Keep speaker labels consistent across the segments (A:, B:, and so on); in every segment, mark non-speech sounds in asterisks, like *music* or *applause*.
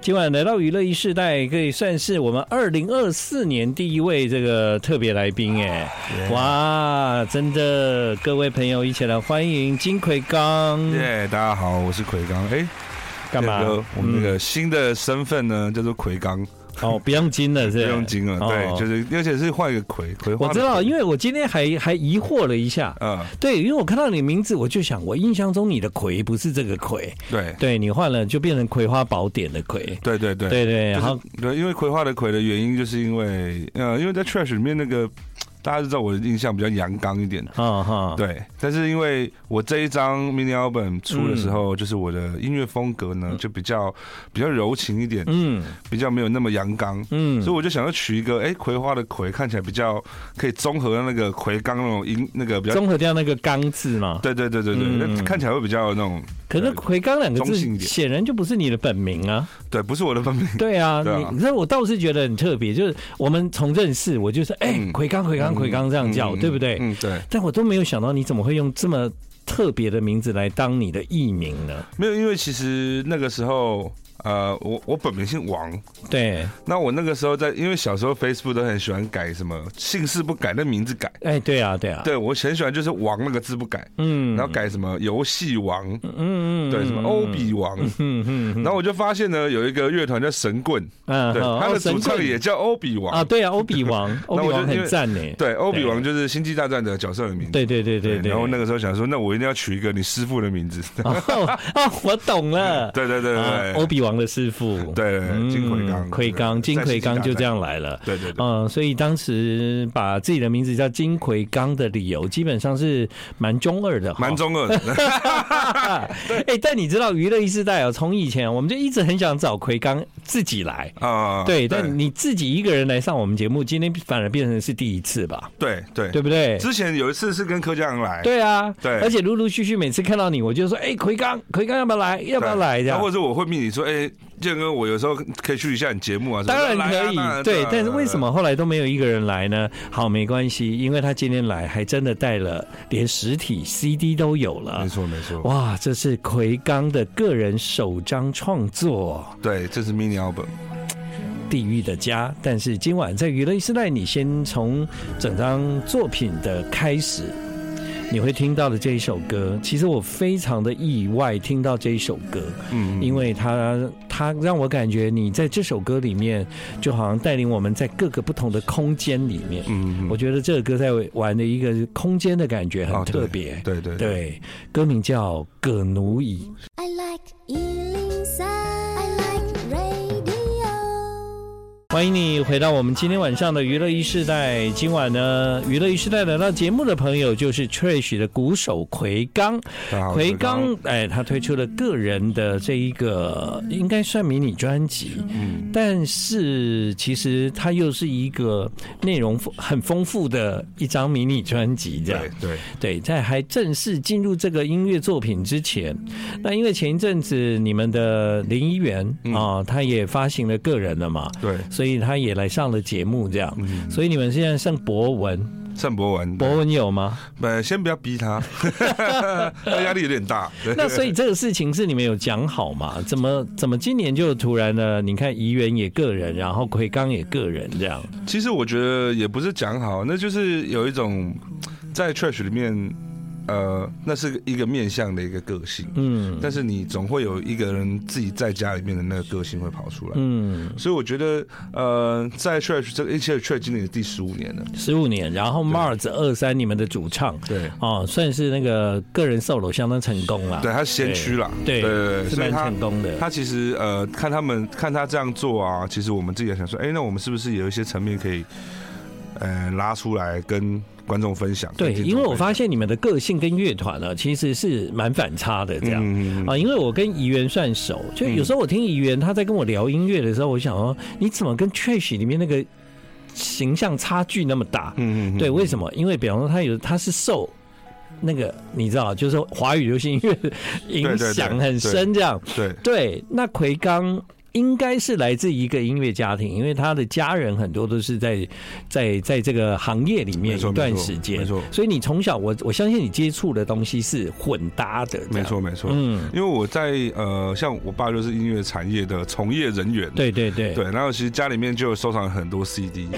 A: 今晚来到娱乐一世代，可以算是我们二零二四年第一位这个特别来宾哎，哇，真的，各位朋友一起来欢迎金奎刚，
B: 耶、大家好，我是奎刚。哎、
A: 嗯干嘛嗯
B: 这个？我们那个新的身份呢，叫做奎刚，
A: 哦，不用金了
B: 不
A: 是不
B: 用金了。对，就是是而且是换一个奎，葵花
A: 我
B: 的
A: 知道，
B: 葵
A: 因为我今天还还疑惑了一下。
B: 嗯，
A: 对，因为我看到你的名字，我就想，我印象中你的葵不是这个葵，
B: 对，
A: 对你换了就变成《葵花宝典》的葵，
B: 对对对
A: 对对，
B: 就
A: 然
B: 是
A: 后
B: 对，因为葵花的葵的原因，就是因为呃，因为在 Trash 里面那个，大家都知道我的印象比较阳刚一点。
A: 啊哈，
B: 对，但是因为我这一张 mini album 出的时
A: 嗯
B: 候，就是我的音乐风格呢，就比较比较柔情一点，
A: 嗯
B: 比较没有那么阳刚，
A: 嗯
B: 所以我就想要取一个，哎、葵花的葵看起来比较可以综合那个葵刚那种音，那个比较，
A: 综合掉那个“刚”字嘛。
B: 对对对对对，
A: 嗯
B: 那看起来会比较有那种，
A: 可是“葵刚”两个
B: 啊中性一
A: 字
B: 点
A: 显然就不是你的本名
B: *laughs*
A: 啊。
B: 对，不是我的本名，
A: 对啊，
B: 对啊
A: 你这我倒是觉得很特别，就是我们从认识，我就是哎、
B: 嗯
A: 葵刚，葵刚，葵刚这样叫，
B: 嗯
A: 对不对？
B: 嗯，对，
A: 但我都没有想到你怎么会用这么特别的名字来当你的艺名呢？
B: 没有，因为其实那个时候。呃，我我本名姓王，
A: 对，
B: 那我那个时候在，因为小时候 Facebook 都很喜欢改什么姓氏不改，但名字改。
A: 哎，对啊，对啊，
B: 对我很喜欢就是“王”那个字不改，
A: 嗯
B: 然后改什么游戏王，
A: 嗯
B: 对，什么欧，比王。
A: 嗯嗯嗯
B: 然后我就发现呢，有一个乐团叫神棍，
A: 嗯，
B: 对，
A: 好
B: 他
A: 哦
B: 的
A: 神
B: 主唱
A: 棍
B: 也叫欧比王
A: 啊，。对啊，欧比
B: *laughs*
A: 王，欧比
B: 我就
A: 王
B: 因
A: 很
B: 为
A: 赞呢。
B: *laughs* 对，欧比王就是《星际大战》的角色的名字。
A: 对对对对对。
B: 然后那个时候想说，那我一定要取一个你师傅的名字。 *laughs*
A: 哦啊，我懂了。
B: 对对对
A: 啊
B: 对
A: 欧
B: 对
A: 比王的师傅，嗯
B: 对对对，金奎刚，
A: 奎刚，金奎刚就这。样来了。
B: 对对对，
A: 嗯，所以当时把自己的名字叫金奎刚的理由，基本上是蛮中二的哈，
B: 蛮中
A: *laughs*
B: 二的。啊
A: 哎、但你知道娱乐一世代哦，从以前我们就一直很想找奎刚自己来，
B: 啊，
A: 对，但你自己一个人来上我们节目，今天反而变成是第一次吧，
B: 对对
A: 对不对？
B: 之前有一次是跟柯佳阳来，
A: 对啊，
B: 对
A: 而且陆陆续续每次看到你，我就说，哎、奎刚，奎刚要不要来？要
B: 对，
A: 不要来？啊这
B: 然
A: 样
B: 后或。者我会命你说，哎，建哥，我有时候可以去一下你节目啊。什么
A: 当
B: 的
A: 然可以
B: 来啊当，然
A: 对
B: 啊，
A: 但是为什么后来都没有一个人来呢？好，没关系，因为他今天来还真的带了，连实体 CD 都有了
B: 啊没。错没错，
A: 啊哇，这是奎刚的个人首张创作
B: 对，这是 mini album。
A: 《地狱的家》，但是今晚在娱乐时代，你先从整张作品的开始。你会听到的这一首歌，其实我非常的意外听到这一首歌，
B: 嗯，
A: 因
B: 为
A: 为它它让我感觉你在这首歌里面，就好像带领我们在各个不同的空间里面。
B: 嗯
A: 我觉得这个歌在玩的一个空间的感觉很
B: 哦对
A: 特别。
B: 对对对
A: 对，歌名叫《葛奴椅
C: I like Ealing Sound. I like radio.》。
A: 欢迎你回到我们今天晚上的娱乐一世代。今晚呢，娱乐一世代来到节目的朋友就是 Trash 的鼓手奎刚。
B: 大家啊好
A: 奎
B: 我是
A: 刚，哎，他推出了个人的这一个应该算迷你专辑，
B: 嗯
A: 但是其实它又是一个内容丰很丰富的一张迷你专辑，这样
B: 对对
A: 对，在还正式进入这个音乐作品之前，那因为前一阵子你们的林一元啊、
B: 嗯
A: 他也发行了个人了嘛，
B: 对，
A: 所以他也来上了节目，这样，
B: 嗯，
A: 所以你们现在上博文，
B: 盛博文，
A: 博文有吗？
B: 呃，先不要逼他， *laughs* 他压力有点大。对
A: *laughs*
B: *laughs*
A: 那所以这个事情是你们有讲好吗？怎么怎么今年就突然呢？你看怡园也个人，然后奎刚也个人这样，
B: 其实我觉得也不是讲好，那就是有一种在 church 里面，呃，那是一个面向的一个个性，
A: 嗯
B: 但是你总会有一个人自己在家里面的那个个性会跑出来。
A: 嗯，
B: 所以我觉得，呃，在 church 这个，而且 church 今年也第十五年了，
A: 十五年，然后 Mars 二三你们的主唱。
B: 对，
A: 哦，算是那个个人 solo 相当成功了。
B: 对他是先驱啦，
A: 对
B: 对对对，
A: 是
B: 所
A: 蛮
B: 以他
A: 成功的。
B: 他其实呃，看他们看他这样做啊，其实我们自己也想说，哎、那我们是不是有一些层面可以，呃，拉出来跟观众分享？
A: 对，
B: 跟听
A: 因
B: 众
A: 为我发
B: 分享
A: 现你们的个性跟乐团呢、其实是蛮反差的这样。
B: 嗯嗯嗯
A: 啊，因为我跟怡园算熟，就有时候我听怡园他在跟我聊音乐的时候，我想哦，你怎么跟 Trash 里面那个形象差距那么大？
B: 嗯嗯嗯
A: 对，为什么？因为比方说他有他是受那个你知道，就是华语流行音乐的影响很深这样。
B: 对
A: 对，那奎刚。应该是来自一个音乐家庭，因为他的家人很多都是在在在这个行业里面
B: 没错
A: 一段时间，
B: 没错没错
A: 所以你从小我我相信你接触的东西是混搭的，这样
B: 没，错没错，
A: 嗯，
B: 因为我在呃，像我爸就是音乐产业的从业人员，
A: 对对对，
B: 对，然后其实家里面就有收藏很多 CD，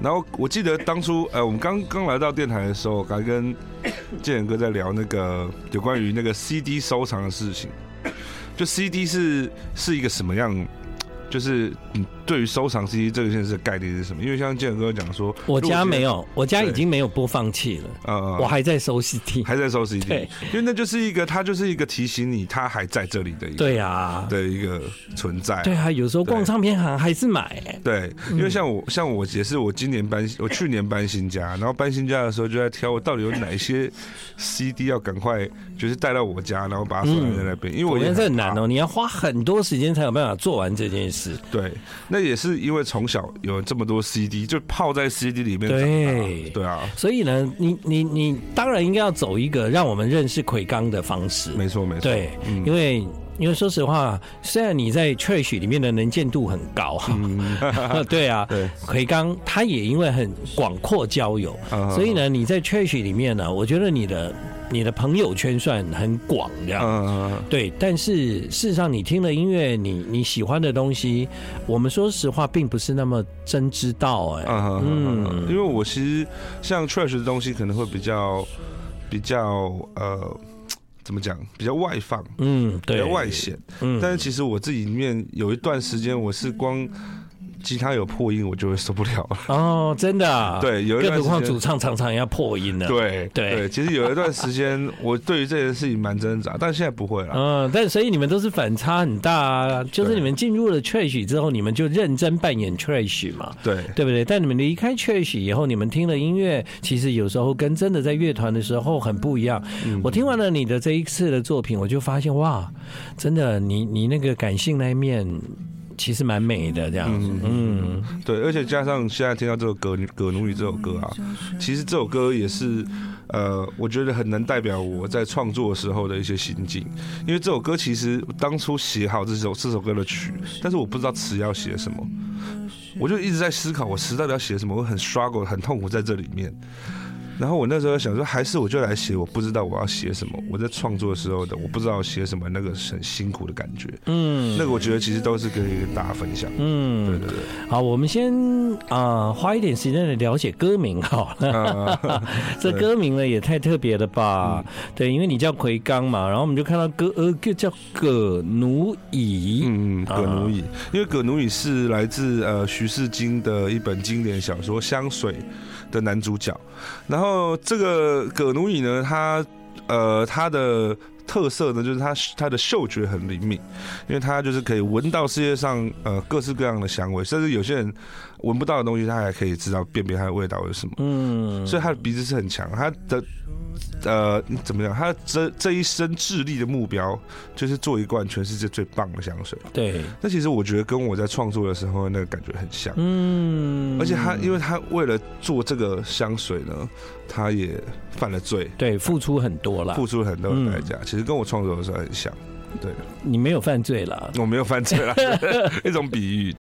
B: 然后我记得当初呃，我们刚刚来到电台的时候，刚跟建仁哥在聊那个有关于那个 CD 收藏的事情，就 CD 是是一个什么样？就是你对于收藏 CD 这个件事的概念是什么？因为像建仁哥讲说，
A: 我家没
B: 有，
A: 有，我家已
B: 对
A: 经没有播放器了，
B: 呃，
A: 我还在收 CD，
B: 还在收 CD，
A: 对
B: 因为那就是一个，它就是一个提醒你它还在这里的一个
A: 对啊，
B: 的一个存在。
A: 对啊，有时候逛
B: 对
A: 唱片行还是买、欸
B: 对，因为像我，像我也是，我今年搬，我去年搬新家，然后搬新家的时候就在挑，我到底有哪些 CD 要赶快就是带到我家，然后把它收
A: 嗯
B: 藏在那边，因为
A: 我
B: 我
A: 觉
B: 也
A: 得这很
B: 很
A: 难哦、
B: 怕。
A: 你要花很多时间才有办法做完这件事。
B: 对，那也是因为从小有这么多 CD，就泡在 CD 里面长
A: 对
B: 大。对啊，
A: 所以呢，你你你当然应该要走一个让我们认识奎刚的方式。
B: 没错没嗯错。
A: 对，因为因为说实话，虽然你在 church 里面的能见度很高，哈， *laughs* 对啊，
B: 嗯 *laughs* 对
A: 奎刚他也因为很广阔交友，
B: 嗯
A: 所以呢，你在 church 里面呢，我觉得你的你的朋友圈算很广这样。
B: 嗯，
A: 对，但是事实上，你听了音乐，你你喜欢的东西，我们说实话，并不是那么真知道、哎、
B: 嗯，因为我其实像 trash 的东西可能会比较比较呃，怎么讲，比较外放，
A: 嗯，
B: 比
A: 对，
B: 较外显。
A: 嗯
B: 但是其实我自己里面有一段时间，我是光吉他有破音，我就会受不了了。
A: 哦，真的、啊，
B: 对有一
A: 更
B: 段
A: 何况
B: 时间
A: 主唱常常要破音呢、，
B: 对
A: 对
B: 对，其实有一段时间，我对于这件事情蛮挣扎，但现在不会了。
A: 嗯，但所以你们都是反差很大啊，就是
B: 对
A: 你们进入了 trash 之后，你们就认真扮演 trash 嘛。
B: 对
A: 对不对？但你们离开 trash 以后，你们听了音乐，其实有时候跟真的在乐团的时候很不一样。
B: 嗯
A: 我听完了你的这一次的作品，我就发现哇，真的，你你那个感性那一面其实蛮美的，这样子。嗯
B: 对，而且加上现在听到这首《葛葛奴里》这首歌啊，其实这首歌也是，呃，我觉得很能代表我在创作的时候的一些心境，因为这首歌其实当初写好这首这首歌的曲，但是我不知道词要写什么，我就一直在思考我词到底要写什么，我很 struggle 很痛苦在这里面。然后我那时候想说，还是我就来写，我不知道我要写什么。我在创作的时候的，我不知道写什么，那个很辛苦的感觉。
A: 嗯
B: 那个我觉得其实都是可以跟大家分享。
A: 嗯，
B: 对对对。
A: 好，我们先啊、呃花一点时间来了解歌名好
B: *laughs* 呃
A: 了。这歌名呢也太特别了吧？
B: 嗯
A: 对，因为你叫奎刚嘛，然后我们就看到歌呃，就叫葛奴乙。
B: 嗯，葛奴乙，因为葛奴乙是来自呃徐世金的一本经典小说《香水》的男主角。然后这个葛奴乙呢，他呃他的特色呢，就是他他的嗅觉很灵敏，因为他就是可以闻到世界上呃各式各样的香味，甚至有些人闻不到的东西，他还可以知道辨别它的味道是什么。
A: 嗯，
B: 所以他的鼻子是很强，他的呃怎么讲？他这这一生致力的目标就是做一罐全世界最棒的香水。
A: 对，
B: 那其实我觉得跟我在创作的时候那个感觉很像，
A: 嗯，
B: 而且他因为他为了做这个香水呢，他也犯了罪，
A: 对付出很多啦，
B: 付出了很多的代价。
A: 嗯
B: 其实跟我创作的时候很像，对
A: 你没有犯罪啦。
B: 我没有犯罪啦， *laughs* 一种比喻。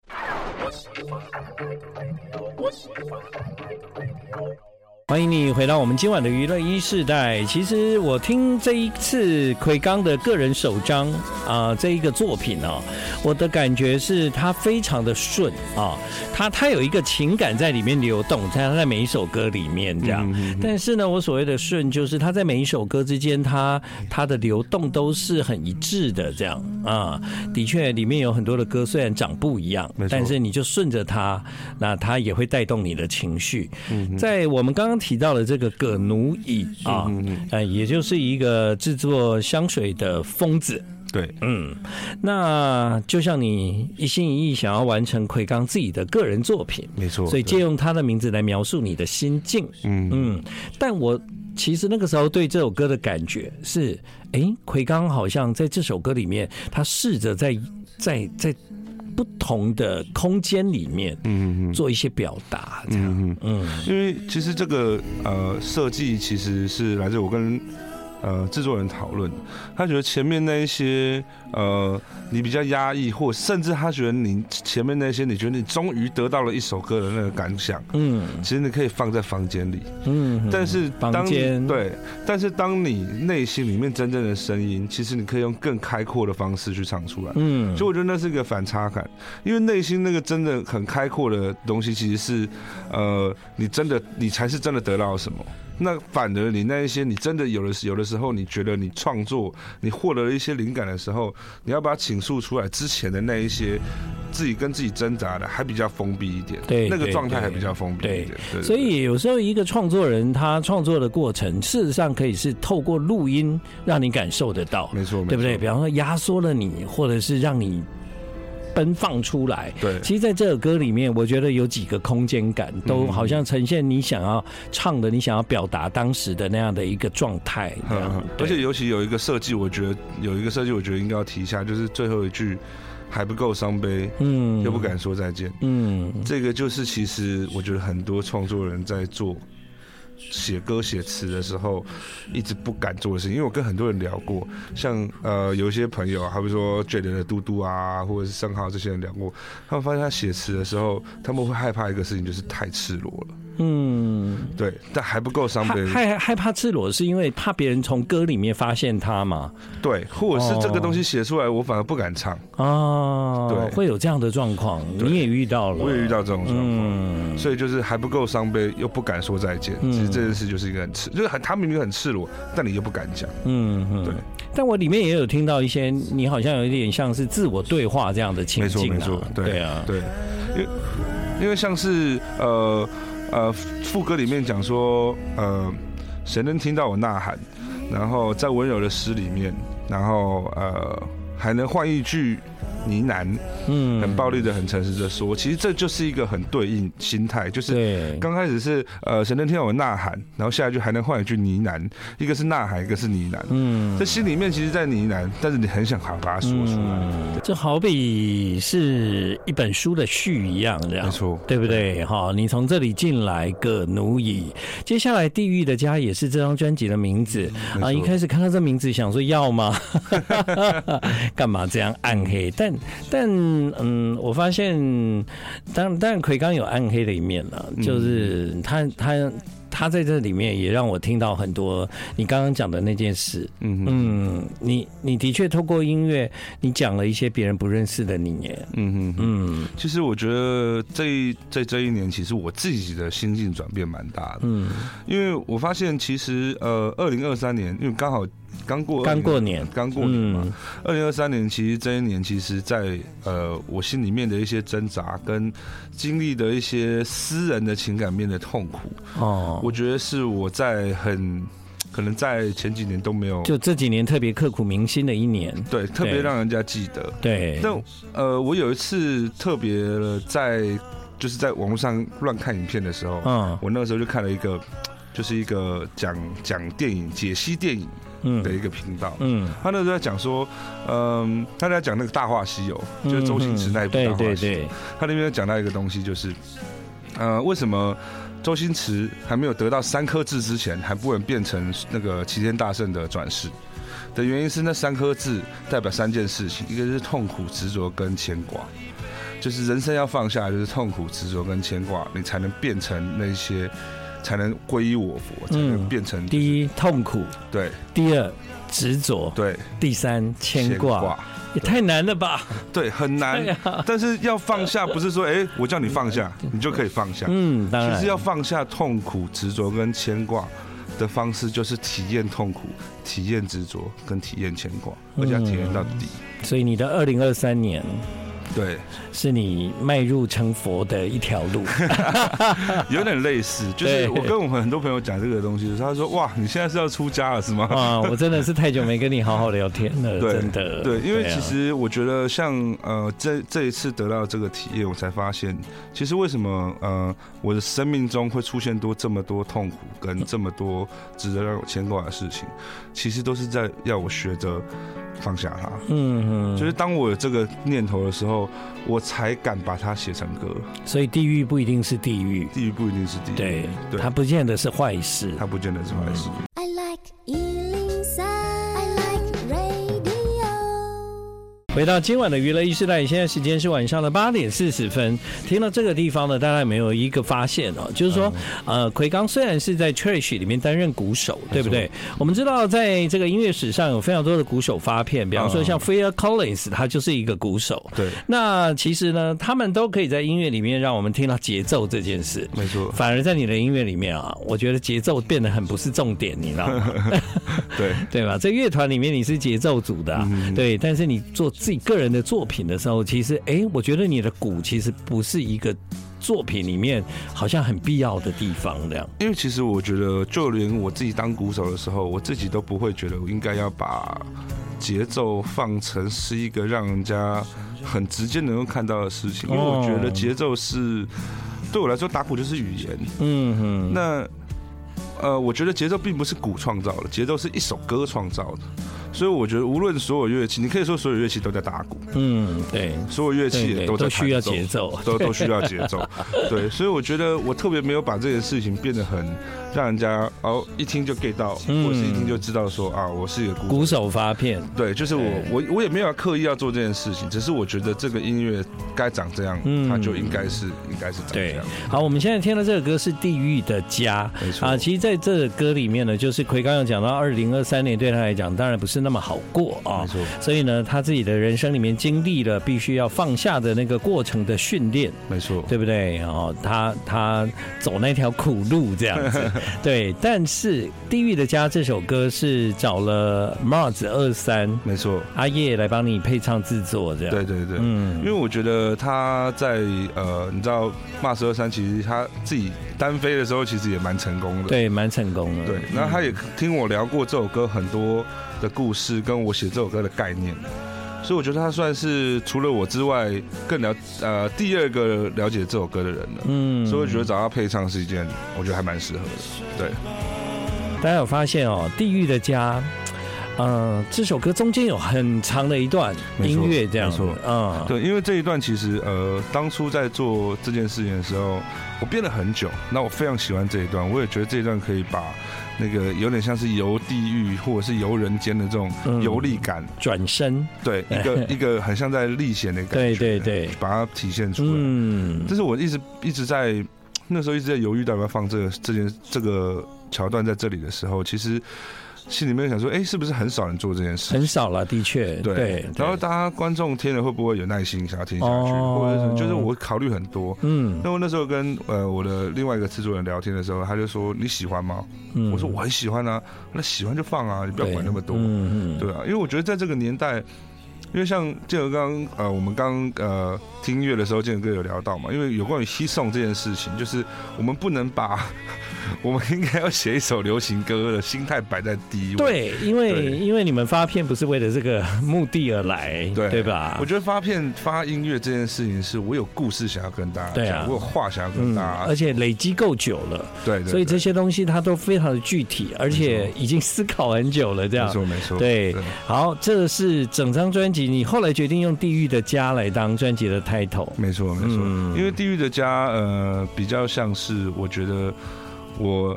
A: 欢迎你回到我们今晚的娱乐一世代。其实我听这一次奎刚的个人首张啊、这一个作品哦，我的感觉是他非常的顺啊，他他有一个情感在里面流动，在他在每一首歌里面这
B: 嗯
A: 样。但是呢，我所谓的顺，就是他在每一首歌之间，他他的流动都是很一致的这样啊。的确，里面有很多的歌虽然长不一样
B: 没，错
A: 但是你就顺着它，那它也会带动你的情绪。
B: 嗯
A: 在我们刚刚提到的这个葛奴乙啊，
B: 嗯
A: 呃，也就是一个制作香水的疯子。
B: 对，
A: 嗯，那就像你一心一意想要完成奎刚自己的个人作品，
B: 没错。
A: 所以借用他的名字来描述你的心境。
B: 哦嗯
A: 嗯，但我其实那个时候对这首歌的感觉是，哎、奎刚好像在这首歌里面，他试着在在在不同的空间里面
B: 嗯嗯嗯
A: 做一些表达，这样，
B: 嗯嗯，
A: 嗯
B: 因为其实这个呃设计其实是来自我跟。呃制作人讨论，他觉得前面那一些呃你比较压抑，或甚至他觉得你前面那些你觉得你终于得到了一首歌的那个感想，
A: 嗯
B: 其实你可以放在房间里，
A: 嗯，
B: 但是
A: 房
B: 当
A: 间
B: 你对，但是当你内心里面真正的声音，其实你可以用更开阔的方式去唱出来。
A: 嗯，
B: 所以我觉得那是一个反差感，因为内心那个真的很开阔的东西，其实是，呃，你真的你才是真的得到了什么。那反而你那一些你真的有的有的时候，你觉得你创作你获得了一些灵感的时候，你要把它倾诉出来之前的那一些自己跟自己挣扎的，还比较封闭一点，
A: 对
B: 那个
A: 对
B: 状态还
A: 对
B: 比较封闭一点，对对
A: 所以有时候一个创作人他创作的过程，事实上可以是透过录音让你感受得到，
B: 没错，没
A: 对不对？
B: 错
A: 比方说压缩了你，或者是让你奔放出来。
B: *laughs* 对
A: 其实，在这首歌里面，我觉得有几个空间感，都好像呈现你想要唱的、你想要表达当时的那样的一个状态。
B: *laughs*
A: 这样
B: 嗯，
A: 对
B: 而且尤其有一个设计，我觉得有一个设计，我觉得应该要提一下，就是最后一句还不够伤悲，
A: 嗯
B: 又不，敢说再见。
A: 嗯，
B: 这个就是其实我觉得很多创作人在做写歌写词的时候，一直不敢做的事情。因为我跟很多人聊过，像呃有一些朋友啊，好比说 Jade 的嘟嘟啊，或者是生蚝这些人聊过，他们发现他写词的时候，他们会害怕一个事情，就是太赤裸了。
A: 嗯，
B: 对，但还不够伤
A: 害
B: 悲。
A: 害害怕赤裸，是因为怕别人从歌里面发现他嘛？
B: 对，或者是
A: 哦
B: 这个东西写出来，我反而不敢唱。
A: 啊，
B: 对
A: 会有这样的状况，
B: 对
A: 你也遇到了，
B: 我也遇到这种状况。
A: 嗯，
B: 所以就是还不够伤悲，又不敢说再见。
A: 嗯
B: 其实这件事就是一个很赤，就是很他明明很赤裸，但你又不敢讲。
A: 嗯嗯，
B: 对。
A: 但我里面也有听到一些，你好像有一点像是自我对话这样的情
B: 没错
A: 境啊，
B: 没错对
A: 对啊，
B: 对，因为因为像是呃呃副歌里面讲说，呃，谁能听到我呐喊？然后在温柔的诗里面，然后呃还能换一句呢喃，
A: 嗯
B: 很暴力的、很诚实的说，其实这就是一个很对应心态，就是
A: 对，
B: 刚开始是呃谁能听到我呐喊，然后下一句还能换一句呢喃，一个是呐喊，一个是呢喃。
A: 嗯
B: 这心里面其实，在呢喃，但是你很想把它说出来。
A: 嗯，这好比是一本书的序一样，这样
B: 没错
A: 对不对？哈，你从这里进来，葛奴乙，接下来《地狱的家》也是这张专辑的名字啊。
B: 嗯错
A: 一开始看到这名字，想说要吗？ *laughs* 干嘛这样暗黑？但但嗯，我发现，当当然奎刚有暗黑的一面了，
B: 嗯
A: 就是他他。他在这里面也让我听到很多你刚刚讲的那件事，
B: 嗯哼
A: 嗯，你你的确透过音乐，你讲了一些别人不认识的你耶。
B: 嗯哼哼。
A: 嗯
B: 其实我觉得这一在这一年，其实我自己的心境转变蛮大的，
A: 嗯，
B: 因为我发现其实呃，二零二三年，因为刚好刚过
A: 刚过嗯年，
B: 刚过年嘛，二零二三年其实这一年，其实在呃我心里面的一些挣扎跟经历的一些私人的情感面的痛苦，
A: 嗯哦，
B: 我觉得是我在很可能在前几年都没有
A: 就这几年特别刻骨铭心的一年。
B: 对特别
A: 对
B: 让人家记得，
A: 对，
B: 但呃，我有一次特别的在就是在网络上乱看影片的时候，
A: 嗯
B: 我那个时候就看了一个，就是一个讲讲电影、解析电影的
A: 嗯
B: 一个频道。
A: 嗯，
B: 他那时候在讲说，嗯，他在讲那个《大话西游》，就是周星驰那一部
A: 嗯
B: 《
A: 对
B: 大话西游
A: 对》对，
B: 他那边讲到一个东西，就是，呃，为什么周星驰还没有得到三颗痣之前，还不能变成那个齐天大圣的转世？的原因是那三颗痣代表三件事情，一个是痛苦、执着跟牵挂，就是人生要放下，就是痛苦、执着跟牵挂，你才能变成那些，才能皈依我佛，才能
A: 嗯
B: 变成、
A: 第一痛苦，
B: 对
A: 第二执着，
B: 对
A: 第三牵挂，，也太难了吧？
B: 对很难
A: 对，啊呀，
B: 但是要放下，不是说哎、我叫你放下，你就可以放下，
A: 嗯，当
B: 其
A: 然
B: 实要放下痛苦、执着跟牵挂的方式，就是体验痛苦、体验执着跟体验牵挂，
A: 嗯
B: 而且要体验到底。
A: 所以你的二零二三年
B: 对，
A: 是你迈入成佛的一条
B: *laughs*
A: 路。
B: 有点类似，
A: *laughs*
B: 就是我跟我们很多朋友讲这个东西，的时候，他说：“哇，你现在是要出家了是吗？”
A: 啊，我真的是太久没跟你好好聊天了，
B: 对
A: 真的。
B: 对，因为
A: 啊
B: 其实我觉得像呃这这一次得到这个体验，我才发现，其实为什么呃我的生命中会出现多这么多痛苦跟这么多值得让我牵挂的事情，其实都是在要我学着放下它。
A: 嗯，嗯
B: 就是当我有这个念头的时候，我才敢把它写成歌。
A: 所以地狱不一定是地狱，
B: 地狱不一定是地狱，
A: 对，嗯
B: 对
A: 它不见得是坏事。
B: 它不见得是坏事。
C: I like 103.
A: 回到今晚的娱乐一时代，现在时间是晚上的八点四十分。听到这个地方呢，大家有没有一个发现哦，就是说，呃，奎刚虽然是在 Trash 里面担任鼓手，对不对？我们知道，在这个音乐史上有非常多的鼓手发片，比方说像 Phil Collins，他就是一个鼓手。
B: 对
A: 那其实呢，他们都可以在音乐里面让我们听到节奏这件事。
B: 没错，
A: 反而在你的音乐里面啊，我觉得节奏变得很不是重点，你知道吗？
B: 对
A: 对吧？在乐团里面你是节奏组的啊、
B: 嗯
A: 对，但是你做自己个人的作品的时候，其实哎，我觉得你的鼓其实不是一个作品里面好像很必要的地方这样。
B: 因为其实我觉得，就连我自己当鼓手的时候，我自己都不会觉得我应该要把节奏放成是一个让人家很直接能够看到的事情，因为我觉得节奏是对我来说打鼓就是语言。
A: 嗯哼，
B: 那呃，我觉得节奏并不是鼓创造的，节奏是一首歌创造的。所以我觉得，无论所有乐器，你可以说所有乐器都在打鼓，
A: 嗯，对，
B: 所有乐器
A: 对
B: 也
A: 对，
B: 都在
A: 都需要
B: 弹奏
A: 节奏。
B: *laughs* 都
A: *laughs*
B: 都需要节奏，对，所以我觉得我特别没有把这件事情变得很让人家哦一听就 get 到，
A: 嗯
B: 或是一听就知道说啊我是一个鼓
A: 鼓
B: 手，
A: 手发片，
B: 对，就是我
A: 对
B: 我我也没有刻意要做这件事情，只是我觉得这个音乐该长这样，
A: 嗯
B: 它就应该是应该是长这
A: 对
B: 样，，
A: 好，我们现在听的这首歌是《地狱的家》。
B: 没错
A: 啊，其实在这首歌里面呢，就是奎刚有讲到，二零二三年对他来讲当然不是那么好过啊
B: 没，错
A: 所以呢，他自己的人生里面经历了必须要放下的那个过程的训练，
B: 没错，
A: 对不对？哦，他他走那条苦路这样
B: *laughs*
A: 子，对。但是《地狱的家》这首歌是找了 Mars 二三
B: 没错，
A: 阿叶来帮你配唱制作，这样。
B: 对对对，因
A: 嗯
B: 为我觉得他在呃，你知道骂十二三，其实他自己单飞的时候其实也蛮成功的，
A: 对，蛮成功的。
B: 对，那他也听我聊过这首歌很多的故事，跟我写这首歌的概念，所以我觉得他算是除了我之外更了呃第二个了解这首歌的人了。
A: 嗯
B: 所以我觉得找他配唱是一件，我觉得还蛮适合的。对，
A: 大家有发现哦，《地狱的家》。嗯，这首歌中间有很长的一段
B: 没错
A: 音乐，这样子
B: 没错，
A: 嗯，
B: 对，因为这一段其实呃，当初在做这件事情的时候，我编了很久。那我非常喜欢这一段，我也觉得这一段可以把那个有点像是游地狱或者是游人间的这种
A: 嗯
B: 游历感，
A: 转身，
B: 对，一 *laughs* 个一个很像在历险的感
A: 对
B: 觉，
A: 对对，
B: 把它体现出来。
A: 嗯
B: 但，是我一直一直在那时候一直在犹豫到底要不要放这个这件这个桥段在这里的时候，其实心里面想说，哎、是不是很少人做这件事？
A: 很少了，的确，
B: 对，
A: 对，
B: 然后大家观众听了会不会有耐心想要听下去，
A: 哦
B: 或者是就是我考虑很多。
A: 嗯
B: 那我那时候跟呃我的另外一个制作人聊天的时候，他就说你喜欢吗？
A: 嗯
B: 我说我很喜欢啊，那喜欢就放啊，你不要管那么多。
A: 嗯嗯，
B: 对啊，因为我觉得在这个年代，因为像建和刚呃，我们刚呃听音乐的时候，建和哥有聊到嘛，因为有关于西颂这件事情，就是我们不能把 *laughs* 我们应该要写一首流行歌的心态摆在第一位。，
A: 对，因为
B: 对
A: 因为你们发片不是为了这个目的而来，
B: 对
A: 对吧
B: 我？觉得发片发音乐这件事情，是我有故事想要跟大家讲，
A: 对啊
B: 我有话想要
A: 嗯，
B: 跟大家，
A: 而且累积够久了，
B: 啊对对
A: 所以
B: 对
A: 这些东西它都非常的具体，而且
B: 没
A: 已经思考很久了，这样
B: 没。错没错，
A: 啊对好，这是整张专辑，你后来决定用《地狱的家》来当专辑的 title。
B: 没错，没错。
A: 嗯
B: 因为《地狱的家》呃，比较像是我觉得我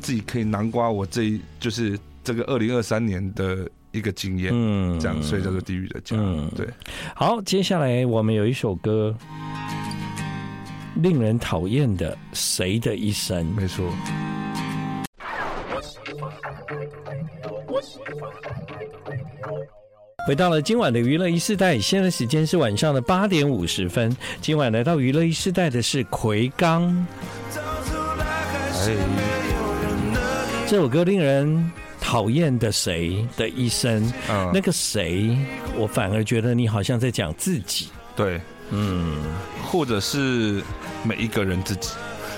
B: 自己可以南瓜我这一就是这个二零二三年的一个经验，
A: 嗯
B: 这样，所以叫做《地狱的家》。
A: 嗯
B: 对，
A: 好，接下来我们有一首歌，令人讨厌的《谁的一生》。
B: 没错。
A: 回到了今晚的娱乐一世代，现在时间是晚上的八点五十分。今晚来到娱乐一世代的是奎刚，
B: 哎，
A: 这首歌令人讨厌的谁的一生，
B: 嗯，
A: 那个谁，我反而觉得你好像在讲自己。
B: 对，
A: 嗯，
B: 或者是每一个人自己。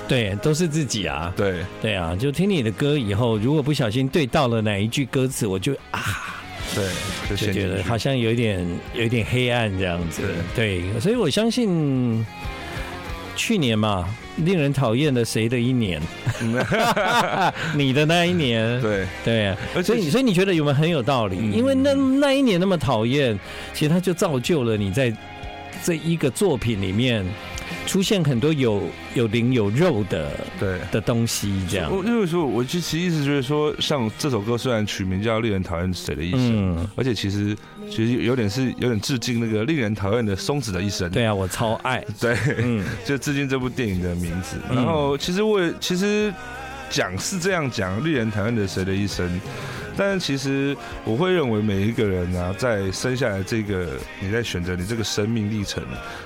A: 对，都是自己啊。
B: 对，
A: 对啊，就听你的歌以后，如果不小心对到了哪一句歌词，我就啊，
B: 对，就
A: 就
B: 陷进
A: 觉得
B: 去
A: 好像有一点有一点黑暗这样子。对，所以我相信去年嘛，令人讨厌的谁的一年，
B: *laughs*
A: 你的那一年，
B: 嗯对，
A: 对啊，*laughs*
B: 而
A: 所以
B: 且
A: 你所以你觉得有没有很有道理？
B: 嗯
A: 因为那那一年那么讨厌，其实它就造就了你在这一个作品里面出现很多有有灵有肉的
B: 对。
A: 的东西，这样。
B: 我因为说，我其实一直觉得说，像这首歌虽然取名叫《令人讨厌谁的一生》，
A: 嗯，
B: 而且其实其实有点是有点致敬那个令人讨厌的松子的一生。
A: 对啊，我超
B: *laughs*
A: 爱。
B: 对，
A: 嗯
B: 就致敬这部电影的名字。
A: 嗯
B: 然后其实我也其实讲是这样讲，令人讨厌的谁的一生。但其实我会认为每一个人啊，在生下来这个，你在选择你这个生命历程，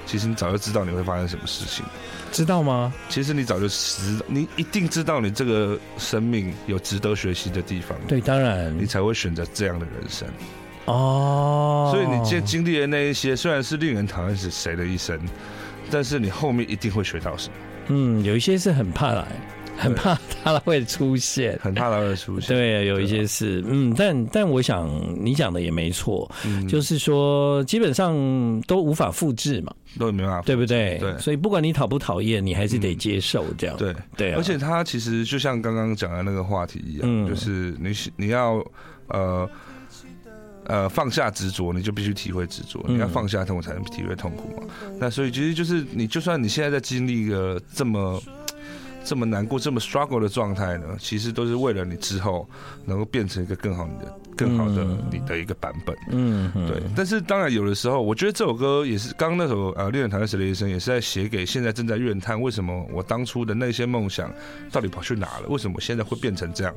B: 其实你早就知道你会发生什么事情。
A: 知道吗？
B: 其实你早就知道，你一定知道你这个生命有值得学习的地方，
A: 对，当然
B: 你才会选择这样的人生。
A: 哦。
B: 所以你经经历的那一些，虽然是令人讨厌是谁的一生，但是你后面一定会学到什么，
A: 嗯，有一些是很怕来，很
B: 对
A: 怕它会出现。
B: 很怕它会出现。
A: 对，啊有一些是，嗯，但但我想你讲的也没错，
B: 嗯
A: 就是说基本上都无法复制嘛，
B: 都没办法。
A: 对不对？
B: 对
A: 所以不管你讨不讨厌，你还是得接受这样。
B: 对，
A: 对啊，
B: 而且它其实就像刚刚讲的那个话题一样，
A: 嗯
B: 就是你你要呃呃放下执着，你就必须体会执着；
A: 嗯
B: 你要放下痛苦，才能体会痛苦嘛。那所以其实就是你，就算你现在在经历一个这么。这么难过、这么 struggle 的状态呢，其实都是为了你之后能够变成一个更好你的、更好的
A: 嗯
B: 你的一个版本。
A: 嗯，嗯
B: 对，但是当然有的时候，我觉得这首歌也是刚刚那首呃《恋人谈的谁的一生》，也是在写给现在正在怨叹为什么我当初的那些梦想到底跑去哪了，为什么我现在会变成这样。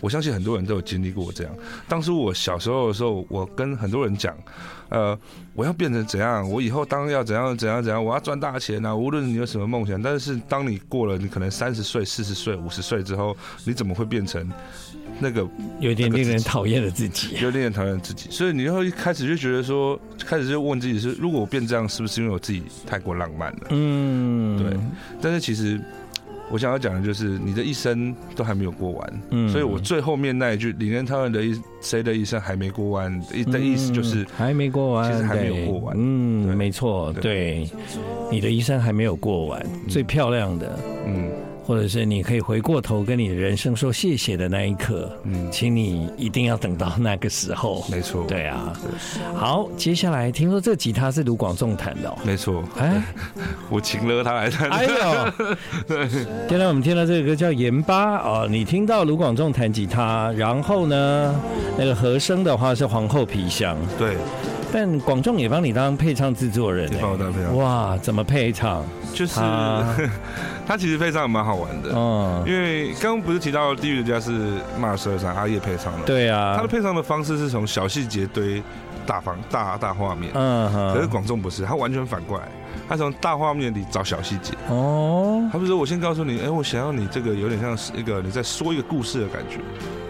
B: 我相信很多人都有经历过这样。当初我小时候的时候，我跟很多人讲，呃，我要变成怎样，我以后当然要怎样怎样怎样，我要赚大钱啊！无论你有什么梦想，但是当你过了你可能三十岁、四十岁、五十岁之后，你怎么会变成那个
A: 有点
B: 那个
A: 令人
B: 自己
A: 讨厌的自己。
B: 有点讨厌自己，所以你会一开始就觉得说，开始就问自己是，如果我变这样，是不是因为我自己太过浪漫了？
A: 嗯，
B: 对，但是其实我想要讲的就是，你的一生都还没有过完，
A: 嗯
B: 所以我最后面那一句“领人讨厌的一谁的一生还没过完”一的意思就是
A: 嗯，还没过完，
B: 其实还没有
A: 对
B: 过完
A: 嗯，
B: 对
A: 没错，
B: 对
A: 对，你的一生还没有过完，最漂亮的，
B: 嗯
A: 或者是你可以回过头跟你的人生说谢谢的那一刻，
B: 嗯，
A: 请你一定要等到那个时候。
B: 没错，
A: 对啊，好，接下来听说这吉他是卢广仲弹
B: *laughs*
A: 的、哦。
B: 没错，
A: 哎，
B: 我请了他来弹。
A: 哎呦！现在我们听到这个歌叫《盐巴》哦，你听到卢广仲弹吉他，然后呢，那个和声的话是皇后皮箱，
B: *laughs* 对，
A: 但广仲也帮你当配唱制作人、
B: 你帮我搭配
A: 哎
B: 啊，
A: 哇，怎么配唱？
B: 就是
A: 他，
B: *laughs* 他其实配唱蛮好玩的，
A: 嗯，
B: 因为刚刚不是提到《地狱的家》是骂十二三阿叶配唱的吗，
A: 对
B: 它
A: 啊
B: 的，配唱的方式是从小细节堆大方大大画面，
A: 嗯
B: 可是
A: 哼，
B: 广仲不是，他完全反过来，他从大画面里找小细节。
A: 哦，
B: 他不是说我先告诉你，哎、我想要你这个有点像是一个你在说一个故事的感觉。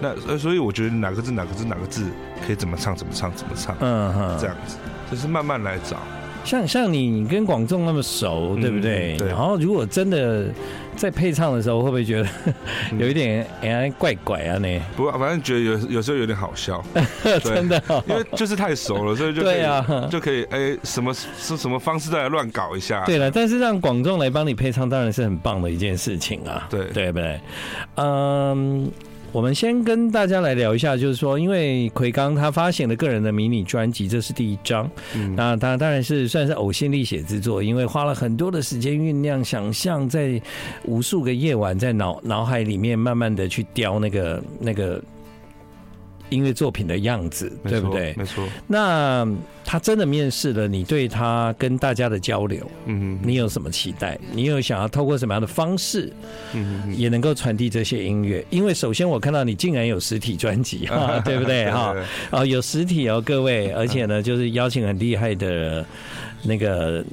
B: 那呃，所以我觉得哪个字哪个字哪个字可以怎么唱怎么唱怎么唱，
A: 嗯哼，
B: 这样子就是慢慢来找。
A: 像像你跟广仲那么熟，
B: 嗯
A: 对不对？
B: 对
A: 然后如果真的在配唱的时候，会不会觉得 *laughs*
B: 嗯
A: 有一点哎怪怪啊？呢，
B: 不过反正觉得有有时候有点好笑，
A: *laughs* 真的哦、
B: 因为就是太熟了，所嗯以就可
A: *laughs*
B: 以
A: 对啊
B: 就可以哎、什么是什么方式再来乱搞一下。
A: 对了，但是让广众来帮你配唱，当然是很棒的一件事情啊，
B: 对 *laughs*
A: 对不对？嗯。我们先跟大家来聊一下，就是说，因为奎刚他发行了个人的迷你专辑，这是第一张，
B: 嗯
A: 那他当然是算是呕心沥血之作，因为花了很多的时间酝酿、想象，在无数个夜晚，在脑脑海里面慢慢的去雕那个那个音乐作品的样子，
B: 没
A: 对
B: 错
A: 不对？
B: 没错，
A: 那他真的面试了，你对他跟大家的交流，
B: 嗯哼
A: 你有什么期待？你有想要透过什么样的方式
B: 嗯哼
A: 也能够传递这些音乐？因为首先我看到你竟然有实体专辑， *laughs* 哈，对不啊对？哈，哦，有实体哦，各位，而且呢，就是邀请很厉害的那个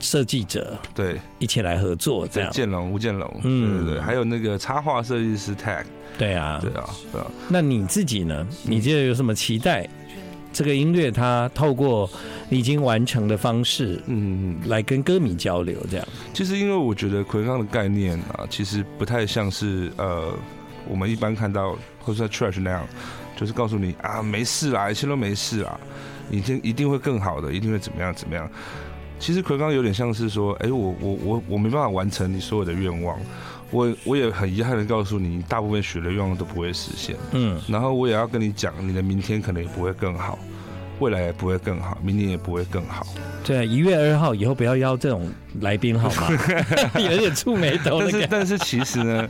A: 设计者
B: 对，
A: 一起来合作，这
B: 对
A: 样
B: 建龙吴建龙，
A: 嗯
B: 对对对，还有那个插画设计师 Tag，
A: 对嗯啊
B: 对。啊对啊，
A: 那你自己呢？你觉得有什么期待？这个音乐它透过你已经完成的方式
B: 嗯，
A: 来跟歌迷交流，这样。
B: 其实因为我觉得奎康的概念啊，其实不太像是呃我们一般看到或者在 Trash 那样，就是告诉你啊没事啦，一切都没事啦，一定一定会更好的，一定会怎么样怎么样。其实奎刚有点像是说，哎、我我我我没办法完成你所有的愿望，我我也很遗憾的告诉你，大部分许的愿望都不会实现。
A: 嗯
B: 然后我也要跟你讲，你的明天可能也不会更好。未来也不会更好，明年也不会更好。
A: 对啊，一月二号以后不要邀这种来宾好 *laughs* 吗？有点触眉头
B: 但
A: 的
B: 是
A: 感觉。
B: 但是其
A: *laughs*
B: 实呢，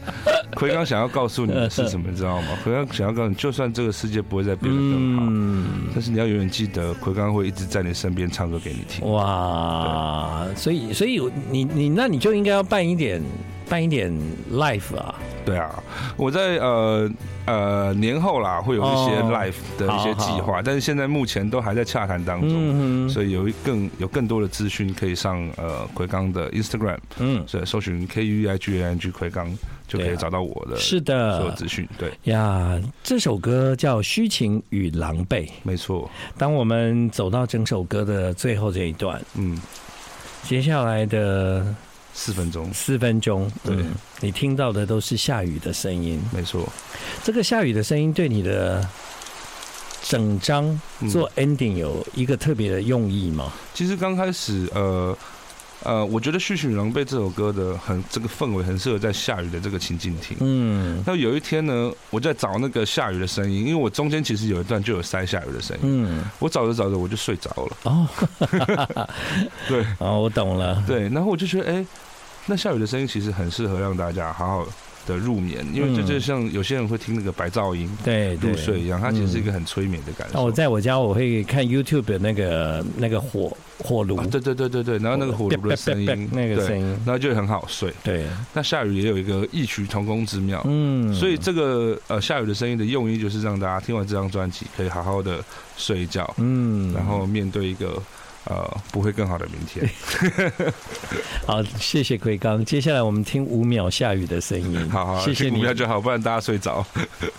B: 奎刚想要告诉你的是什么，你知道吗？奎刚想要告诉你，就算这个世界不会再变得更好，
A: 嗯，
B: 但是你要永远记得，奎刚会一直在你身边唱歌给你
A: 哦
B: 听。
A: 哇，所以所以你你那你就应该要办一点办一点 l i f e 啊，
B: 对啊，我在呃呃年后啦，会有一些
A: 哦
B: live 的一些计
A: 好
B: 划，但是现在目前都还在洽谈当中。
A: 嗯哼
B: 所以有一更有更多的资讯可以上呃奎刚的 Instagram，
A: 嗯，
B: 所以搜寻 K U E I G A N G 奎刚就可
A: 对
B: 以
A: 啊
B: 找到我的
A: 是
B: 所有
A: 的
B: 资讯。对，
A: 呀，这首歌叫《虚情与狼狈》。
B: 没错，
A: 当我们走到整首歌的最后这一段，
B: 嗯，
A: 接下来的
B: 四分钟，
A: 四分钟，
B: 对
A: 嗯你听到的都是下雨的声音。
B: 没错，
A: 这个下雨的声音对你的整张
B: 嗯
A: 做 ending 有一个特别的用意吗？
B: 其实刚开始，呃呃，我觉得《序曲狼狈》这首歌的很这个氛围很适合在下雨的这个情境听。
A: 嗯
B: 那有一天呢，我在找那个下雨的声音，因为我中间其实有一段就有塞下雨的声音，
A: 嗯，
B: 我找着找着我就睡着了。
A: 哦，
B: 对
A: 哦，我懂了。
B: 对，然后我就觉得，哎、那下雨的声音其实很适合让大家好好的入眠，因为这
A: 嗯
B: 就像有些人会听那个白噪音
A: 对对，
B: 入睡一样，它其实是一
A: 嗯。
B: 个很催眠的感
A: 那、
B: 受。
A: 我在我家我会看 YouTube 的那个那个火火炉，
B: 啊，对对对对对，然后那个火炉的声
A: 啪啪啪
B: 音
A: 啪，那个声
B: 对，
A: 音，
B: 然后就很好睡。
A: 对，
B: 那下雨也有一个异曲同工之妙，
A: 嗯，
B: 所以这个呃下雨的声音的用意就是让大家听完这张专辑可以好好的睡一觉，
A: 嗯，
B: 然后面对一个呃不会更好的明
A: *laughs*
B: 天。
A: 好，谢谢奎刚。接下来我们听五秒下雨的声音，
B: 好好，
A: 谢谢
B: 听股
A: 你。
B: 票就好，不然大家睡着。